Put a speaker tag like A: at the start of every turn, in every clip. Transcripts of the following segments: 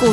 A: 股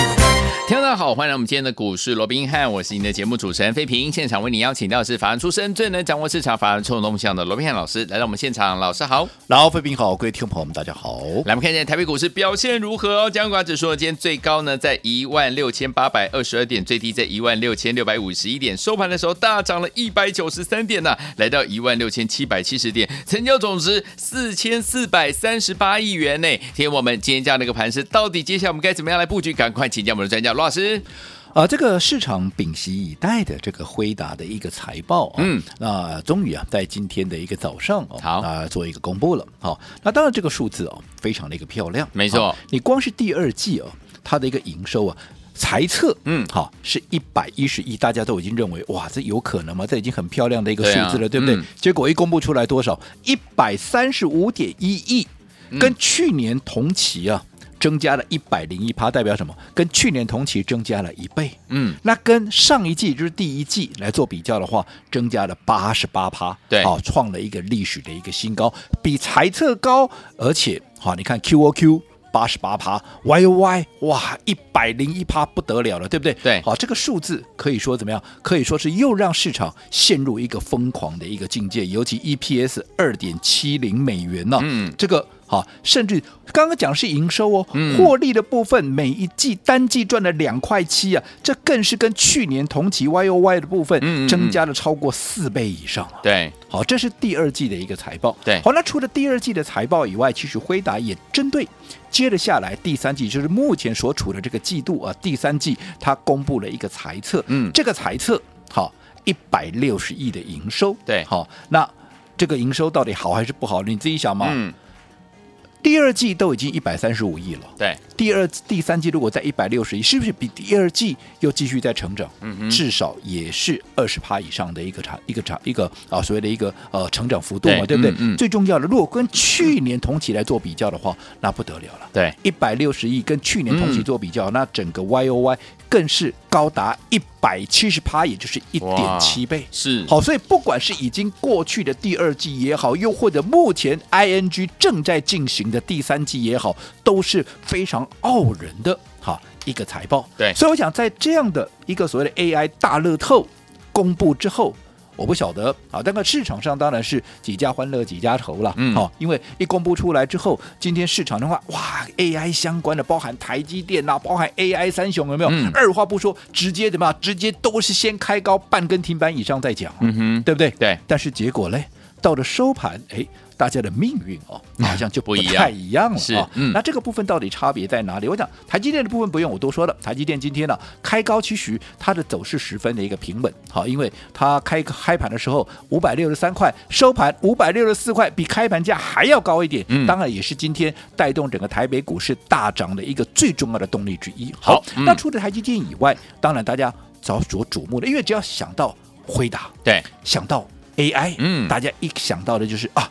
B: 听众大家好，欢迎来我们今天的股市罗宾汉，我是您的节目主持人费平。现场为你邀请到的是法案出身、最能掌握市场法案冲动向的罗宾汉老师来到我们现场，老师好。
C: 然后，费平好，各位听众朋友们，大家好。
B: 来，我们看一下台北股市表现如何哦。加权指数呢今天最高呢在一万六千八百二十二点，最低在一万六千六百五十一点，收盘的时候大涨了一百九十三点呐、来到一万六千七百七十点，成交总值四千四百三十八亿元呢。听我们今天这样的一个盘势，到底接下来我们该怎么样来布局？赶快请教我们的专家罗老师。
C: 啊，这个市场屏息以待的这个辉达的一个财报啊，
B: 嗯，
C: 那、终于啊，在今天的一个早上哦，
B: 好
C: 啊、做一个公布了。好，那当然这个数字哦，非常的一个漂亮，
B: 没错
C: 好你光是第二季哦，它的一个营收啊。财测，
B: 嗯
C: 好，是一百一十亿，大家都已经认为，哇，这有可能吗？这已经很漂亮的一个数
B: 对啊
C: 字了，对不对？
B: 嗯
C: 结果一公布出来多少？一百三十五点一亿，跟去年同期啊增加了一百零一趴，代表什么？跟去年同期增加了一倍。
B: 嗯，
C: 那跟上一季就是第一季来做比较的话，增加了八十八趴，
B: 对
C: 好、创了一个历史的一个新高，比财测高，而且好、你看 QOQ。八十八趴，Y O Y，哇，一百零一趴不得了了，对不对？
B: 对
C: 好，这个数字可以说怎么样？可以说是又让市场陷入一个疯狂的一个境界，尤其 EPS 二点七零美元呢、
B: 嗯
C: 这个好，甚至刚刚讲是营收哦，
B: 嗯
C: 获利的部分每一季单季赚了两块七啊，这更是跟去年同期 Y O Y 的部分
B: 嗯嗯嗯
C: 增加了超过四倍以上啊。
B: 对，
C: 好，这是第二季的一个财报。
B: 对
C: 好，那除了第二季的财报以外，其实辉达也针对接着下来第三季，就是目前所处的这个季度啊，第三季它公布了一个财测，
B: 嗯
C: 这个财测好一百六十亿的营收，
B: 对
C: 好，那这个营收到底好还是不好，你自己想嘛。
B: 嗯，
C: 第二季都已经一百三十五亿了。
B: 对，
C: 第二、第三季如果在一百六十亿，是不是比第二季又继续在成长？
B: 嗯哼
C: 至少也是二十趴以上的一个长、一个长、一个啊所谓的一个呃成长幅度嘛，
B: 对
C: 对不对？
B: 嗯嗯
C: 最重要的，如果跟去年同期来做比较的话，那不得了了。
B: 对，
C: 一百六十亿跟去年同期做比较，
B: 嗯
C: 那整个 Y O Y 更是高达一百七十趴，也就是一点七倍。
B: 是，
C: 好，所以不管是已经过去的第二季也好，又或者目前 ING 正在进行的第三季也好，都是非常傲人的哈一个财报。
B: 对
C: 所以我想在这样的一个所谓的 AI 大乐透公布之后。我不晓得啊，但个市场上当然是几家欢乐几家愁了，
B: 嗯
C: 好、因为一公布出来之后，今天市场的话，哇，AI 相关的，包含台积电呐、包含 AI 三雄有没有？
B: 嗯
C: 二话不说，直接怎么样？直接都是先开高半根停板以上再讲啊，
B: 嗯哼，
C: 对不对？
B: 对。
C: 但是结果嘞，到了收盘，哎，大家的命运哦，好像就
B: 嗯不一样
C: 太一样了
B: 是
C: 啊、
B: 嗯
C: 那这个部分到底差别在哪里？我想台积电的部分不用我多说了，台积电今天呢、开高，其实它的走势十分的一个平稳，好，因为它开开盘的时候五百六十三块，收盘五百六十四块，比开盘价还要高一点。
B: 嗯
C: 当然也是今天带动整个台北股市大涨的一个最重要的动力之一。
B: 好嗯
C: 那除了台积电以外，当然大家早所瞩目的，因为只要想到辉达，
B: 对，
C: 想到 AI，
B: 嗯
C: 大家一想到的就是啊。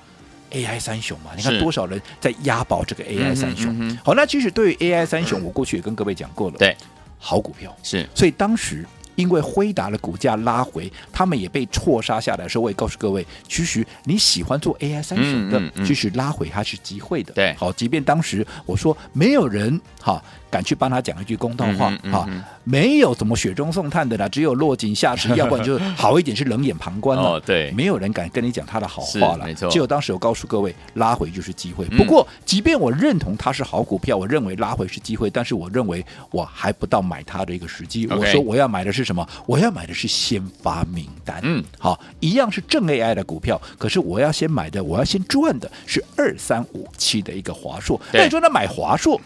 C: AI 三雄嘛，你看
B: 是
C: 多少人在押宝这个
B: 嗯
C: AI
B: 哼
C: 三雄。
B: 嗯哼
C: 好，那其实对于 AI 三雄，我过去也跟各位讲过了，
B: 对，
C: 好股票。
B: 是，
C: 所以当时因为辉达的股价拉回，他们也被错杀下来的时候，我也告诉各位，其实你喜欢做 AI 三雄的，
B: 嗯嗯嗯
C: 其实拉回它是机会的。
B: 对
C: 好，即便当时我说没有人哈敢去帮他讲一句公道话
B: 嗯嗯嗯
C: 哈、
B: 嗯
C: 没有怎么雪中送炭的啦，只有落井下石，要不然就是好一点是冷眼旁观了。
B: 哦对
C: 没有人敢跟你讲他的好
B: 是
C: 话了，
B: 没错
C: 只有当时我告诉各位，拉回就是机会。
B: 嗯
C: 不过，即便我认同它是好股票，我认为拉回是机会，但是我认为我还不到买它的一个时机。
B: OK
C: 我说我要买的是什么？我要买的是先发名单。
B: 嗯，
C: 好，一样是正 AI 的股票，可是我要先买的，我要先赚的是二三五七的一个华硕。
B: 对
C: 那你说那买华硕？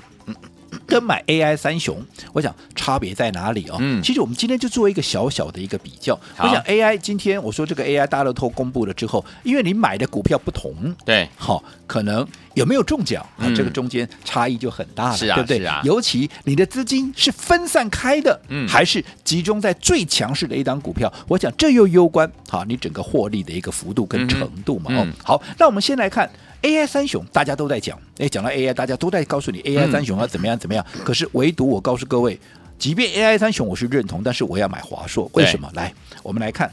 C: 跟买 AI 三雄，我想差别在哪里哦？
B: 嗯
C: 其实我们今天就做一个小小的一个比较。
B: 好
C: 我想 AI 今天我说这个 AI 大乐透公布了之后，因为你买的股票不同，
B: 对，
C: 好、可能有没有中奖啊
B: 嗯？
C: 这个中间差异就很大了，
B: 是啊
C: 对不对
B: 是啊？
C: 尤其你的资金是分散开的
B: 嗯，
C: 还是集中在最强势的一档股票？我想这又攸关好你整个获利的一个幅度跟程度嘛。哦
B: 嗯，
C: 好，那我们先来看。AI 三雄大家都在讲，哎，讲到 AI，大家都在告诉
B: 嗯
C: 你 AI 三雄要怎么样怎么样。可是唯独我告诉各位，即便 AI 三雄我是认同，但是我要买华硕，为
B: 对
C: 什么？来，我们来看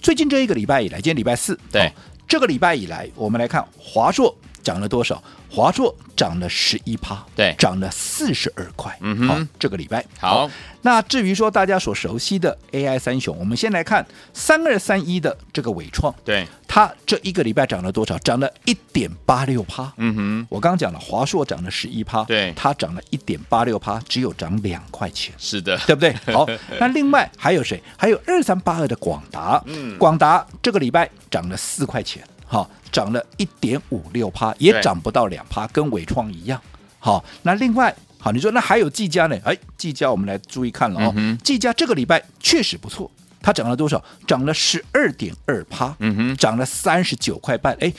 C: 最近这一个礼拜以来，今天礼拜四，
B: 对
C: 这个礼拜以来，我们来看华硕涨了多少？华硕涨了十一趴，
B: 对
C: 涨了四十二块。
B: 嗯哼
C: 好，这个礼拜
B: 好
C: 那至于说大家所熟悉的 AI 三雄，我们先来看三二三一的这个伟创，
B: 对，
C: 它这一个礼拜涨了多少？涨了一点八六趴。
B: 嗯哼，
C: 我刚刚讲了，华硕涨了十一趴，
B: 对
C: 它涨了一点八六趴，只有涨两块钱。
B: 是的，
C: 对不对？好，那另外还有谁？还有二三八二的广达，
B: 嗯
C: 广达这个礼拜涨了四块钱，好、涨了一点五六趴，也
B: 对
C: 涨不到两趴，跟伟创一样。好、那另外。好，你说那还有技嘉呢？哎，技嘉我们来注意看了哦，
B: 嗯哼
C: 技嘉这个礼拜确实不错，它涨了多少？涨了十二点二趴，
B: 嗯哼
C: 涨了三十九块半。哎，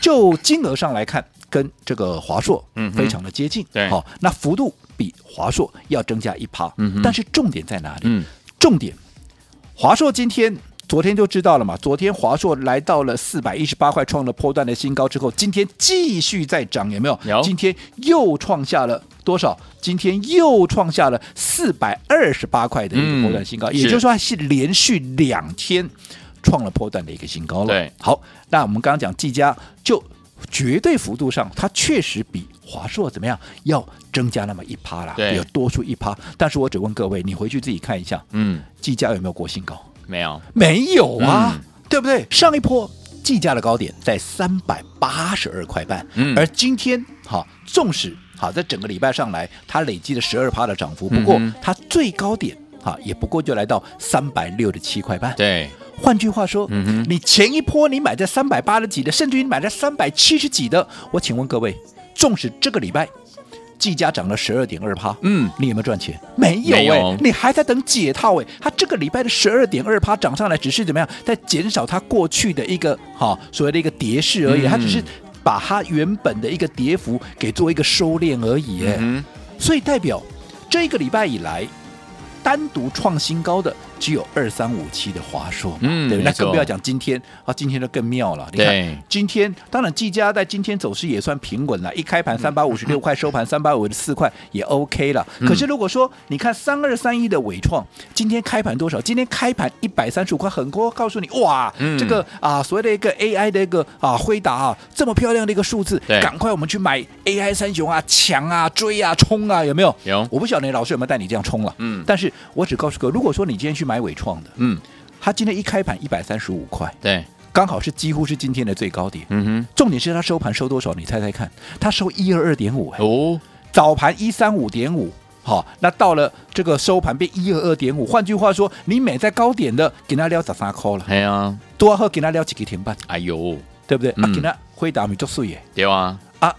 C: 就金额上来看，跟这个华硕
B: 嗯哼
C: 非常的接近。
B: 对
C: 好、那幅度比华硕要增加一趴，
B: 嗯哼
C: 但是重点在哪里？
B: 嗯
C: 重点，华硕今天。昨天就知道了嘛，昨天华硕来到了四百一十八块，创了波段的新高之后，今天继续再涨，有没有？
B: 有
C: 今天又创下了多少？今天又创下了四百二十八块的一个波段新高，
B: 嗯
C: 也
B: 是
C: 就是说它是连续两天创了波段的一个新高了。
B: 对
C: 好，那我们刚刚讲技嘉就绝对幅度上，它确实比华硕怎么样要增加那么一趴啦，
B: 对
C: 有多出一趴。但是我只问各位，你回去自己看一下，
B: 嗯，
C: 技嘉有没有过新高？
B: 没有，
C: 没有啊，
B: 嗯
C: 对不对？上一波计价的高点在三百八十二块半，
B: 嗯
C: 而今天好，纵使好在整个礼拜上来，它累积了十二趴的涨幅，不过
B: 嗯哼
C: 它最高点。啊，也不过就来到三百六十七块半。
B: 对，
C: 换句话说，
B: 嗯哼
C: 你前一波你买在三百八十几的，甚至于你买在三百七十几的，我请问各位，纵使这个礼拜技嘉涨了十二点二趴，
B: 嗯，
C: 你有没有赚钱？没有哎、
B: 没有
C: 你还在等解套哎、它这个礼拜的十二点二趴涨上来，只是怎么样，在减少它过去的一个哈、所谓的一个跌势而已，
B: 嗯
C: 它只是把它原本的一个跌幅给做一个收敛而已哎、
B: 嗯
C: 所以代表这一个礼拜以来。单独创新高的只有二三五七的华硕嘛，
B: 嗯
C: 对不
B: 没
C: 对，那
B: 错
C: 更不要讲今天啊，今天就更妙了。你
B: 对
C: 看今天，当然技嘉在今天走势也算平稳了，一开
B: 嗯
C: 盘三百五十六块， 收盘三百五十四块也 OK 了。
B: 嗯
C: 可是如果说你看三二三一的伟创，今天开盘多少？今天开盘一百三十五块，很多告诉你哇，
B: 嗯
C: 这个啊所谓的一个 AI 的一个啊辉达啊这么漂亮的一个数字
B: 对，
C: 赶快我们去买 AI 三雄啊，抢啊，追啊，冲啊，有没有？
B: 有
C: 我不晓得你老师有没有带你这样冲了，
B: 嗯
C: 但是我只告诉各位，如果说你今天去买伟创的，
B: 嗯，
C: 它今天一开盘一百三十五块，
B: 对，
C: 刚好是几乎是今天的最高点。
B: 嗯
C: 重点是它收盘收多少？你猜猜看，它收一二二点五，哎
B: 哼，哦，
C: 早盘一三五点五。好，那到了这个收盘变一二二点五，换句话说，你每在高点的给它撩十三块了，
B: 哎呀，
C: 多喝给它撩几个停板，
B: 哎呦，
C: 对不对？啊
B: 嗯，
C: 给它回答你做水耶
B: 对啊，
C: 啊，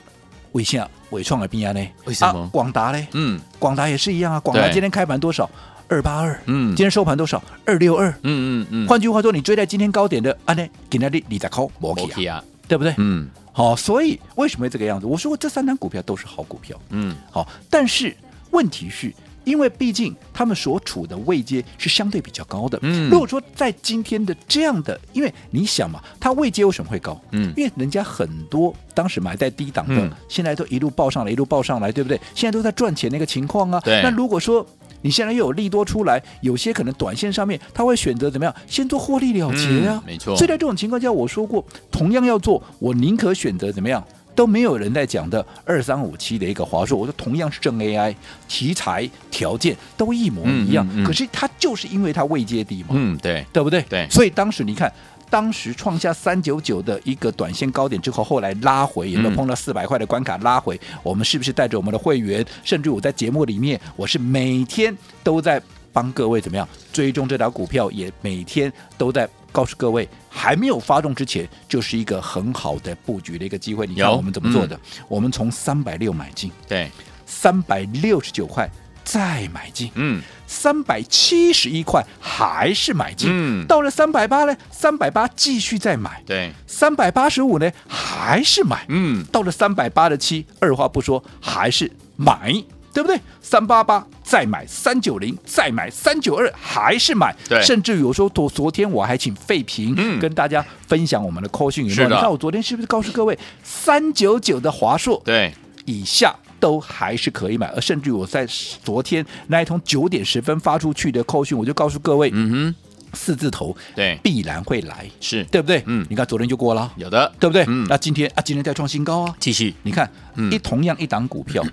C: 为啥伟创的边啊呢？
B: 为什么
C: 啊广达呢？
B: 嗯
C: 广达也是一样啊，广达
B: 对
C: 今天开盘多少？二八二，
B: 嗯
C: 今天收盘多少？二六二。
B: 嗯嗯嗯，
C: 换句话说，你追在今天高点的，啊呢，给它你你在扣摩
B: 摩
C: 起
B: 羯啊，
C: 对不对？
B: 嗯
C: 好，所以为什么会这个样子？我说过，这三档股票都是好股票。
B: 嗯，
C: 好，但是问题是。因为毕竟他们所处的位阶是相对比较高的，
B: 嗯
C: 如果说在今天的这样的，因为你想嘛，它位阶为什么会高？
B: 嗯
C: 因为人家很多当时买在低档的，
B: 嗯
C: 现在都一路报上来，一路报上来，对不对？现在都在赚钱的一个情况啊。
B: 对
C: 那如果说你现在又有利多出来，有些可能短线上面他会选择怎么样，先做获利了结
B: 嗯
C: 啊，
B: 没错
C: 所以在这种情况下，我说过，同样要做，我宁可选择怎么样？都没有人在讲的二三五七的一个华硕，我说同样是正 AI 题材条件都一模一样，
B: 嗯嗯嗯
C: 可是它就是因为它位阶低嘛，
B: 嗯对，
C: 对不对？
B: 对
C: 所以当时你看，当时创下三九九的一个短线高点之后，后来拉回，有没有
B: 嗯
C: 碰到四百块的关卡拉回？我们是不是带着我们的会员，甚至我在节目里面，我是每天都在帮各位怎么样追踪这条股票，也每天都在。告诉各位，还没有发动之前，就是一个很好的布局的一个机会。你看
B: 有嗯
C: 我们怎么做的？我们从三百六买进，
B: 对，
C: 三百六十九块再买进。
B: 嗯，
C: 三百七十一块还是买进，
B: 嗯
C: 到了三百八呢，三百八继续再买，
B: 对，
C: 三百八十五呢还是买，
B: 嗯
C: 到了三百八的七，二话不说还是买，对不对？三八八再买，三九零再买，三九二还是买，
B: 对
C: 甚至有时候昨昨天我还请费平、
B: 嗯
C: 跟大家分享我们的 call 讯，有没
B: 是
C: 有？
B: 的
C: 你看我昨天是不是告诉各位，三九九的华硕
B: 对，
C: 以下都还是可以买，而甚至我在昨天那一通九点十分发出去的扣讯，我就告诉各位，
B: 嗯哼，
C: 四字头
B: 对，
C: 必然会来，
B: 是
C: 对不对？
B: 嗯
C: 你看昨天就过了，
B: 有的，
C: 对不对？
B: 嗯
C: 那今天啊，今天再创新高啊，
B: 继续，
C: 你看，
B: 嗯
C: 一同样一档股票，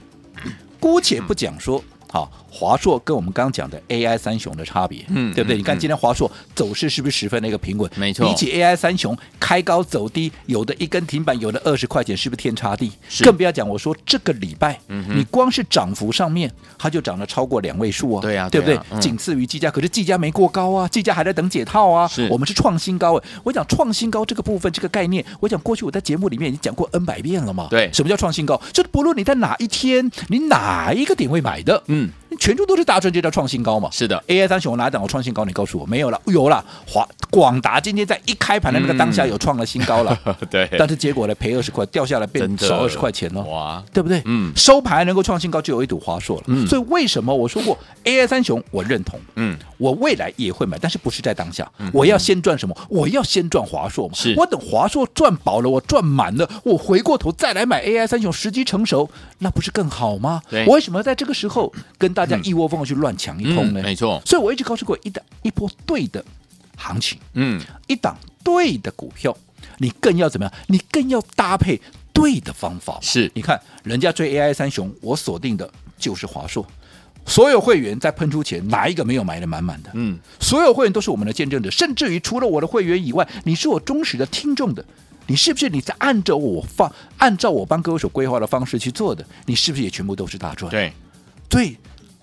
C: 姑且不讲说。
B: 嗯
C: 好，华硕跟我们刚刚讲的 AI 三雄的差别，
B: 嗯
C: 对不对？
B: 嗯
C: 你看
B: 嗯
C: 今天华硕走势是不是十分的一个平稳？
B: 没错
C: 比起 AI 三雄开高走低，有的一根停板，有的二十块钱，是不是天差地？
B: 是
C: 更不要讲我说这个礼拜，
B: 嗯哼
C: 你光是涨幅上面，它就涨了超过两位数啊，
B: 对啊
C: 对不
B: 对
C: 对
B: 啊？嗯
C: 仅次于技嘉，可是技嘉没过高啊，技嘉还在等解套啊
B: 是，
C: 我们是创新高哎。我讲创新高这个部分，这个概念，我讲过去我在节目里面已经讲过 N 百遍了嘛，
B: 对
C: 什么叫创新高？就是不论你在哪一天，你哪一个点位买的，
B: 嗯，
C: 全部都是大赚，就叫创新高嘛。
B: 是的，
C: AI 三雄哪一档有创新高？你告诉我，没有了，有了。华广达今天在一开盘的那个当下
B: 嗯
C: 有创了新高了，
B: 对，
C: 但是结果呢，赔二十块，掉下来变
B: 真的
C: 少二十块钱了。
B: 哇，
C: 对不对？
B: 嗯
C: 收盘能够创新高，就有一睹华硕了。
B: 嗯
C: 所以为什么我说过 AI 三雄，我认同，
B: 嗯，
C: 我未来也会买，但是不是在当下？我要先赚什么？我要先赚华硕嘛。
B: 是
C: 我等华硕赚饱了，我赚满了，我回过头再来买 AI 三雄，时机成熟，那不是更好吗？
B: 对
C: 我为什么要在这个时候跟大家一窝蜂的去乱抢一通呢？
B: 嗯没错
C: 所以我一直告诉过一档一波对的行情，
B: 嗯，
C: 一档对的股票，你更要怎么样？你更要搭配对的方法嘛。
B: 是
C: 你看人家追 AI 三雄，我锁定的就是华硕。所有会员在喷出前，哪一个没有买的满满的？
B: 嗯，
C: 所有会员都是我们的见证者，甚至于除了我的会员以外，你是我忠实的听众的，你是不是你在按照我放，按照我帮各位所规划的方式去做的？你是不是也全部都是大赚？
B: 对，
C: 对，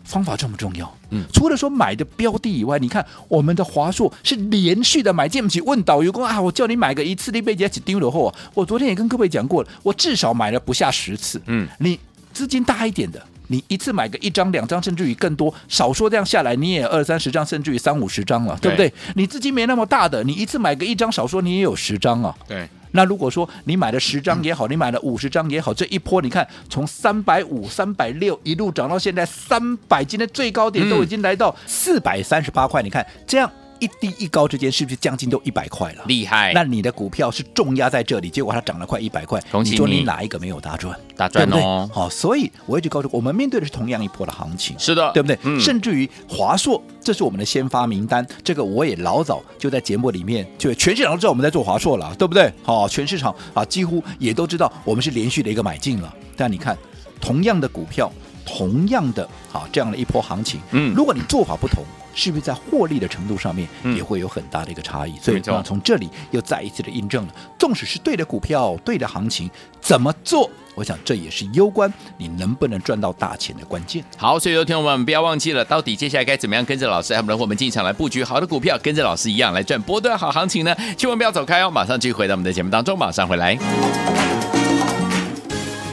C: 方法重不重要？
B: 嗯
C: 除了说买的标的以外，你看我们的华硕是连续的买进，起问导游工啊，我叫你买个一次，你被人家起丢了后啊，我昨天也跟各位讲过了，我至少买了不下十次。
B: 嗯，
C: 你资金大一点的。你一次买个一张、两张，甚至于更多，少说这样下来，你也二三十张，甚至于三五十张了，对不
B: 对
C: 对？你资金没那么大的，你一次买个一张，少说你也有十张啊。
B: 对，
C: 那如果说你买了十张也好，你买了五十张也好，这一波你看从三百五、三百六一路涨到现在三百，今天最高点都已经来到四百三十八块，你看这样一低一高之间是不是将近都一百块了？
B: 厉害，
C: 那你的股票是重压在这里，结果它涨了快一百块，
B: 恭喜
C: 你说
B: 你
C: 你哪一个没有大赚？
B: 大赚
C: 对不
B: 哦
C: 对？好，所以我一直告诉我们面对的是同样一波的行情，
B: 是的，
C: 对不对？
B: 嗯，
C: 甚至于华硕，这是我们的先发名单，这个我也老早就在节目里面，就全市场都知道我们在做华硕了，对不对？好、全市场啊几乎也都知道我们是连续的一个买进了。但你看，同样的股票，同样的啊这样的一波行情，
B: 嗯
C: 如果你做法不同。是不是在获利的程度上面
B: 嗯
C: 也会有很大的一个差异？所以
B: 没错
C: 那从这里又再一次的印证了，纵使是对的股票、对的行情，怎么做，我想这也是攸关你能不能赚到大钱的关键。
B: 好，所以有听我们不要忘记了，到底接下来该怎么样跟着老师，还有我们进场来布局好的股票，跟着老师一样来赚波段好行情呢？千万不要走开哦，马上继续回到我们的节目当中，马上回来。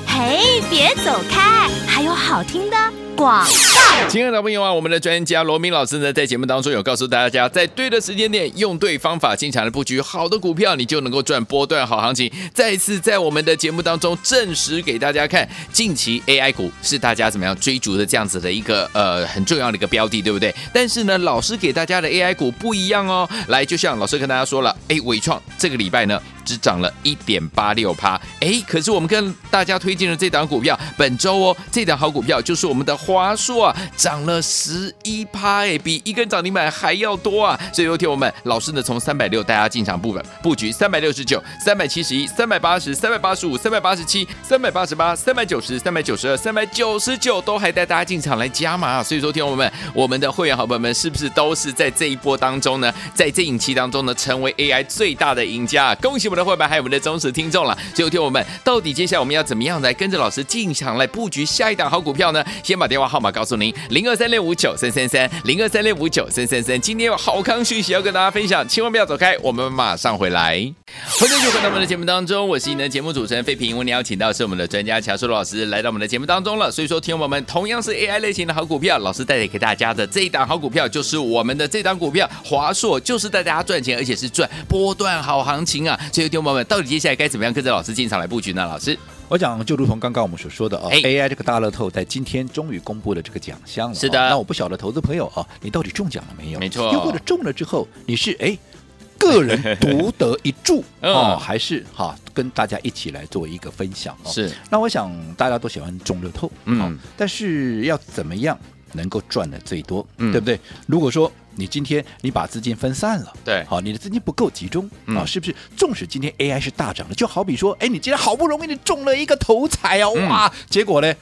A: 嘿，别走开，还有好听的广。
B: 亲爱的朋友啊，我们的专家罗明老师呢，在节目当中有告诉大家，在对的时间点用对方法进场的布局好的股票，你就能够赚波段好行情。再一次在我们的节目当中证实给大家看，近期 AI 股是大家怎么样追逐的这样子的一个呃很重要的一个标的，对不对？但是呢，老师给大家的 AI 股不一样哦。来，就像老师跟大家说了，哎，伟创这个礼拜呢只涨了一点八六趴，哎，可是我们跟大家推荐的这档股票，本周哦这档好股票就是我们的华硕啊，涨了十一趴，哎，比一根涨停板还要多啊！所以有听我们老师呢从三百六大家进场布布局三百六十九、三百七十一、三百八十、三百八十五、三百八十七、三百八十八、三百九十、三百九十二、三百九十九都还带大家进场来加码、啊。所以说，听我们我们的会员好朋友们是不是都是在这一波当中呢，在这影期当中呢，成为 AI 最大的赢家啊？恭喜我们的会员还有我们的忠实听众了。所以有听我们到底接下来我们要怎么样来跟着老师进场来布局下一档好股票呢？先把电话号码告诉您：零二三六五九三三三，零二三六五九三三三。今天有好康讯息要跟大家分享，千万不要走开，我们马上回来。欢迎又回到我们的节目当中，我是你的节目主持人费平。为你邀请到是我们的专家乔舒老师来到我们的节目当中了。所以说，听众朋友们，同样是 AI 类型的好股票，老师带给大家的这一档好股票就是我们的这档股票华硕，就是带大家赚钱，而且是赚波段好行情啊。所以，听众朋友们，到底接下来该怎么样跟着老师进场来布局呢？老师，
C: 我讲就如同刚刚我们所说的啊
B: 哎
C: ，AI 这个大乐透在今天终于公布了这个奖项了啊。
B: 是的
C: 那我不晓得投资朋友啊，你到底中奖了没有？
B: 没错
C: 又或者中了之后，你是哎。个人独得一注
B: 嗯
C: 哦，还是哈、跟大家一起来做一个分享哦。
B: 是
C: 那我想大家都喜欢中乐透，
B: 嗯
C: 嗯，但是要怎么样能够赚的最多，
B: 嗯
C: 对不对？如果说你今天你把资金分散了，
B: 对
C: 好，你的资金不够集中
B: 嗯
C: 啊，是不是？纵使今天 AI 是大涨的，就好比说，哎，你今天好不容易你中了一个头彩啊，
B: 嗯
C: 哇，结果呢，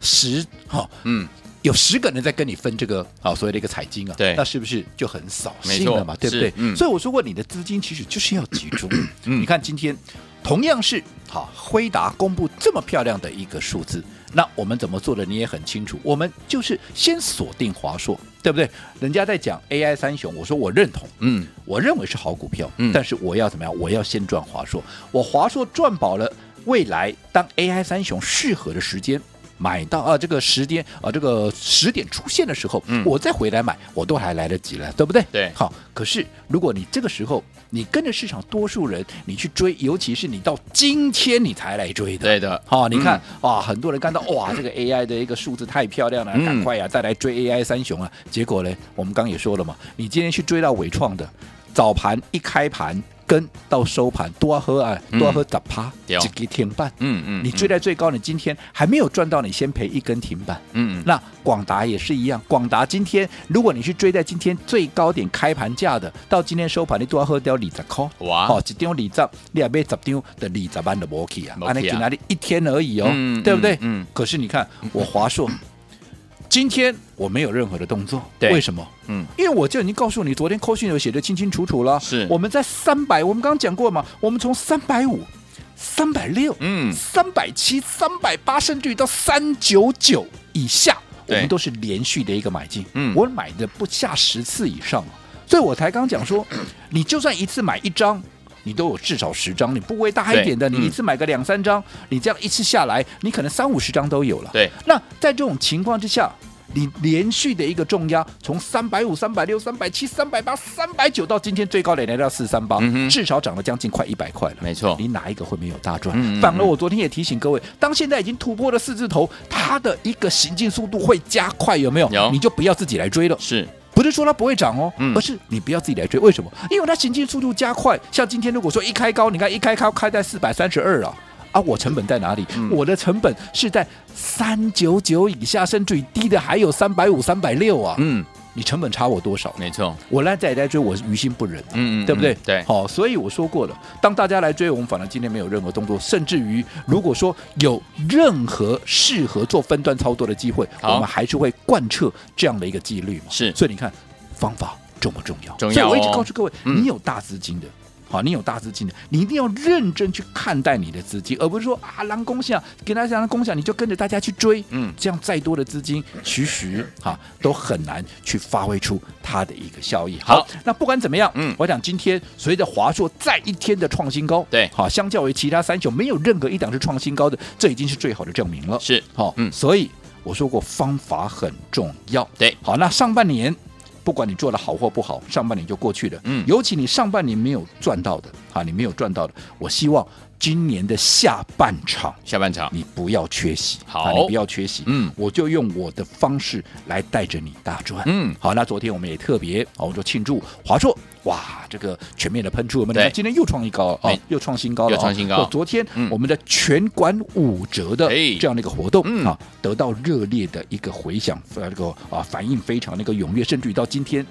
C: 十哈、
B: 嗯，
C: 有十个人在跟你分这个啊所谓的一个彩金啊，
B: 对
C: 那是不是就很扫
B: 没
C: 兴
B: 错
C: 了嘛？对不
B: 是
C: 对？
B: 嗯
C: 所以我说过，你的资金其实就是要集中。
B: 嗯
C: 你看今天同样是好辉达公布这么漂亮的一个数字，那我们怎么做的你也很清楚，我们就是先锁定华硕，对不对？人家在讲 AI 三雄，我说我认同，
B: 嗯，
C: 我认为是好股票，
B: 嗯
C: 但是我要怎么样？我要先赚华硕，我华硕赚饱了，未来当 AI 三雄适合的时间。买到啊，这个时间啊，这个时点出现的时候，
B: 嗯
C: 我再回来买，我都还来得及了，对不对？
B: 对
C: 好，可是如果你这个时候你跟着市场多数人，你去追，尤其是你到今天你才来追的，
B: 对的，
C: 好、你看
B: 嗯
C: 啊、很多人看到 哇，这个 AI 的一个数字太漂亮了，
B: 嗯
C: 赶快呀、啊再来追 AI 三雄啊！结果呢，我们刚也说了嘛，你今天去追到伟创的，早盘一开盘跟到收盘多喝啊，
B: 嗯
C: 多喝十趴，
B: 对哦
C: 几个停半。
B: 嗯嗯，
C: 你追在最高，你今天还没有赚到，你先赔一根停板。
B: 嗯，嗯
C: 那广达也是一样，广达今天如果你去追在今天最高点开盘价的，到今天收盘你都要喝掉二十块。
B: 哇
C: 哦好、一张二十，你也买十张的二十万的摩去啊，
B: 没去啊
C: 安尼今哪里一天而已哦，
B: 嗯
C: 对不对？
B: 嗯嗯
C: 可是你看我 华硕，今天我没有任何的动作，
B: 对
C: 为什么？
B: 嗯，
C: 因为我就已经告诉你，昨天扣讯有写的清清楚楚了。
B: 是
C: 我们在三百，我们刚刚讲过嘛，我们从三百五、三百六、
B: 嗯
C: 三百七、三百八，甚至于到三九九以下，我
B: 对
C: 们都是连续的一个买进。
B: 嗯
C: 我买的不下十次以上啊，所以我才刚讲说，你就算一次买一张。你都有至少十张，你不为大一点的，
B: 对嗯
C: 你一次买个两三张，你这样一次下来，你可能三五十张都有了。
B: 对，
C: 那在这种情况之下，你连续的一个重压，从三百五、三百六、三百七、三百八、三百九到今天最高点来到四三八
B: 嗯哼，
C: 至少涨了将近快一百块了。
B: 没错
C: 你哪一个会没有大赚？
B: 嗯嗯嗯
C: 反而我昨天也提醒各位，当现在已经突破了四字头，它的一个行进速度会加快，有没有？
B: 有
C: 你就不要自己来追了。
B: 是
C: 不是说它不会涨哦，
B: 嗯
C: 而是你不要自己来追。为什么？因为它行进速度加快。像今天如果说一开高，你看一开高开在四百三十二啊。啊，我成本在哪里？
B: 嗯
C: 我的成本是在三九九以下，甚至于低的还有三百五、三百六啊！
B: 嗯，
C: 你成本差我多少？
B: 没错，
C: 我来再来追，我是于心不忍、啊，
B: 嗯嗯嗯
C: 对不对？
B: 对
C: 好，所以我说过了，当大家来追，我们反而今天没有任何动作，甚至于如果说有任何适合做分段操作的机会，
B: 好
C: 我们还是会贯彻这样的一个纪律嘛。
B: 是
C: 所以你看方法重不重要？
B: 重要哦
C: 所以我一直告诉各位，
B: 嗯
C: 你有大资金的。好，你有大资金的，你一定要认真去看待你的资金，而不是说啊，狼攻下给大家狼攻下，你就跟着大家去追，
B: 嗯
C: 这样再多的资金，其实哈、都很难去发挥出它的一个效益。
B: 好
C: 那不管怎么样，
B: 嗯
C: 我想今天随着华硕再一天的创新高，
B: 对
C: 好，相较于其他三雄，没有任何一档是创新高的，这已经是最好的证明了。
B: 是
C: 好、
B: 嗯
C: 所以我说过方法很重要。
B: 对
C: 好，那上半年不管你做的好或不好，上半年就过去了。
B: 嗯
C: 尤其你上半年没有赚到的，啊，你没有赚到的，我希望今年的下半场。
B: 下半场，
C: 你不要缺席，
B: 好
C: 啊你不要缺席，
B: 嗯
C: 我就用我的方式来带着你大赚，
B: 嗯
C: 好，那昨天我们也特别，哦，我们就庆祝华硕，哇，这个全面的喷出，我们你
B: 对
C: 看今天又创一高哦
B: 没，
C: 又创新高了哦，
B: 又创新高
C: 哦昨天
B: 嗯
C: 我们的全馆五折的
B: 哎
C: 这样的一个活动
B: 嗯
C: 啊，得到热烈的一个回响，呃，这个啊反应非常那个踊跃，甚至于到今天。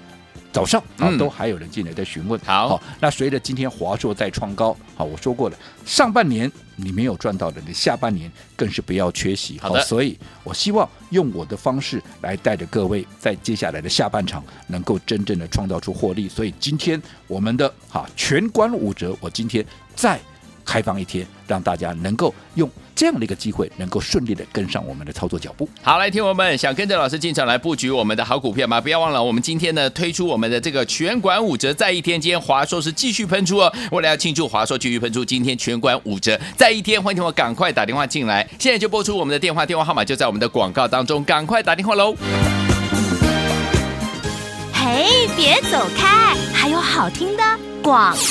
C: 早上啊
B: 嗯，
C: 都还有人进来在询问。
B: 好
C: 那随着今天华硕在创高，好，我说过了，上半年你没有赚到的，你下半年更是不要缺席。
B: 好的
C: 所以我希望用我的方式来带着各位，在接下来的下半场能够真正的创造出获利。所以今天我们的哈全关五折，我今天再开放一天，让大家能够用这样的一个机会，能够顺利的跟上我们的操作脚步。
B: 好，来，听友们想跟着老师进场来布局我们的好股票吗？不要忘了，我们今天呢推出我们的这个全馆五折，在一天，今天华硕是继续喷出哦。为了要庆祝华硕继续喷出，今天全馆五折，在一天，欢迎我赶快打电话进来，现在就拨出我们的电话，电话号码就在我们的广告当中，赶快打电话喽。
A: 嘿，别走开，还有好听的广。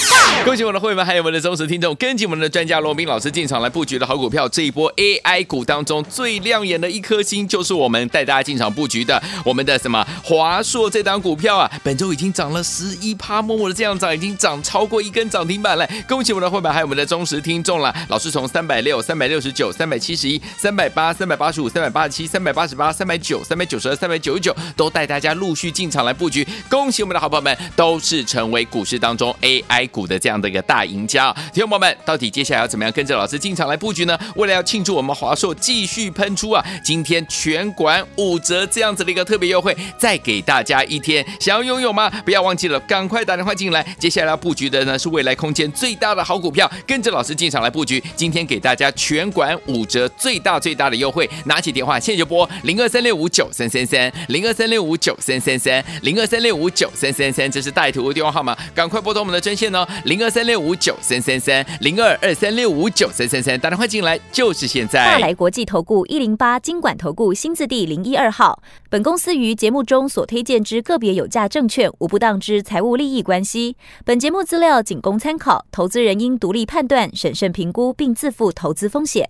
B: 恭喜我们的会员，还有我们的忠实听众，跟紧我们的专家罗斌老师进场来布局的好股票。这一波 AI 股当中最亮眼的一颗星，就是我们带大家进场布局的我们的什么华硕这档股票啊，本周已经涨了十一趴，默默的这样涨，已经涨超过一根涨停板了。恭喜我们的会员，还有我们的忠实听众啦！老师从三百六、三百六十九、三百七十一、三百八、三百八十五、三百八十七、三百八十八、三百九、三百九十二、三百九十九，都带大家陆续进场来布局。恭喜我们的好朋友们，都是成为股市当中 AI 股的这样的一个大赢家哦。听众朋友们，到底接下来要怎么样跟着老师进场来布局呢？为了要庆祝我们华硕继续喷出啊，今天全馆五折这样子的一个特别优惠，再给大家一天，想要拥有吗？不要忘记了，赶快打电话进来。接下来要布局的呢是未来空间最大的好股票，跟着老师进场来布局。今天给大家全馆五折，最大最大的优惠，拿起电话现在就拨零二三六五九三三三零二三六五九三三三零二三六五九三三三，这是带图的电话号码，赶快拨通我们的专线哦，零二三六五九三三三零二二三六五九三三三，打电话进来就是现
D: 大
B: 在。
D: 来国际投顾一零八金管投顾新字第零一二号。本公司于节目中所推荐之个别有价证券，无不当之财务利益关系。本节目资料仅供参考，投资人应独立判断、审慎评估，并自负投资风险。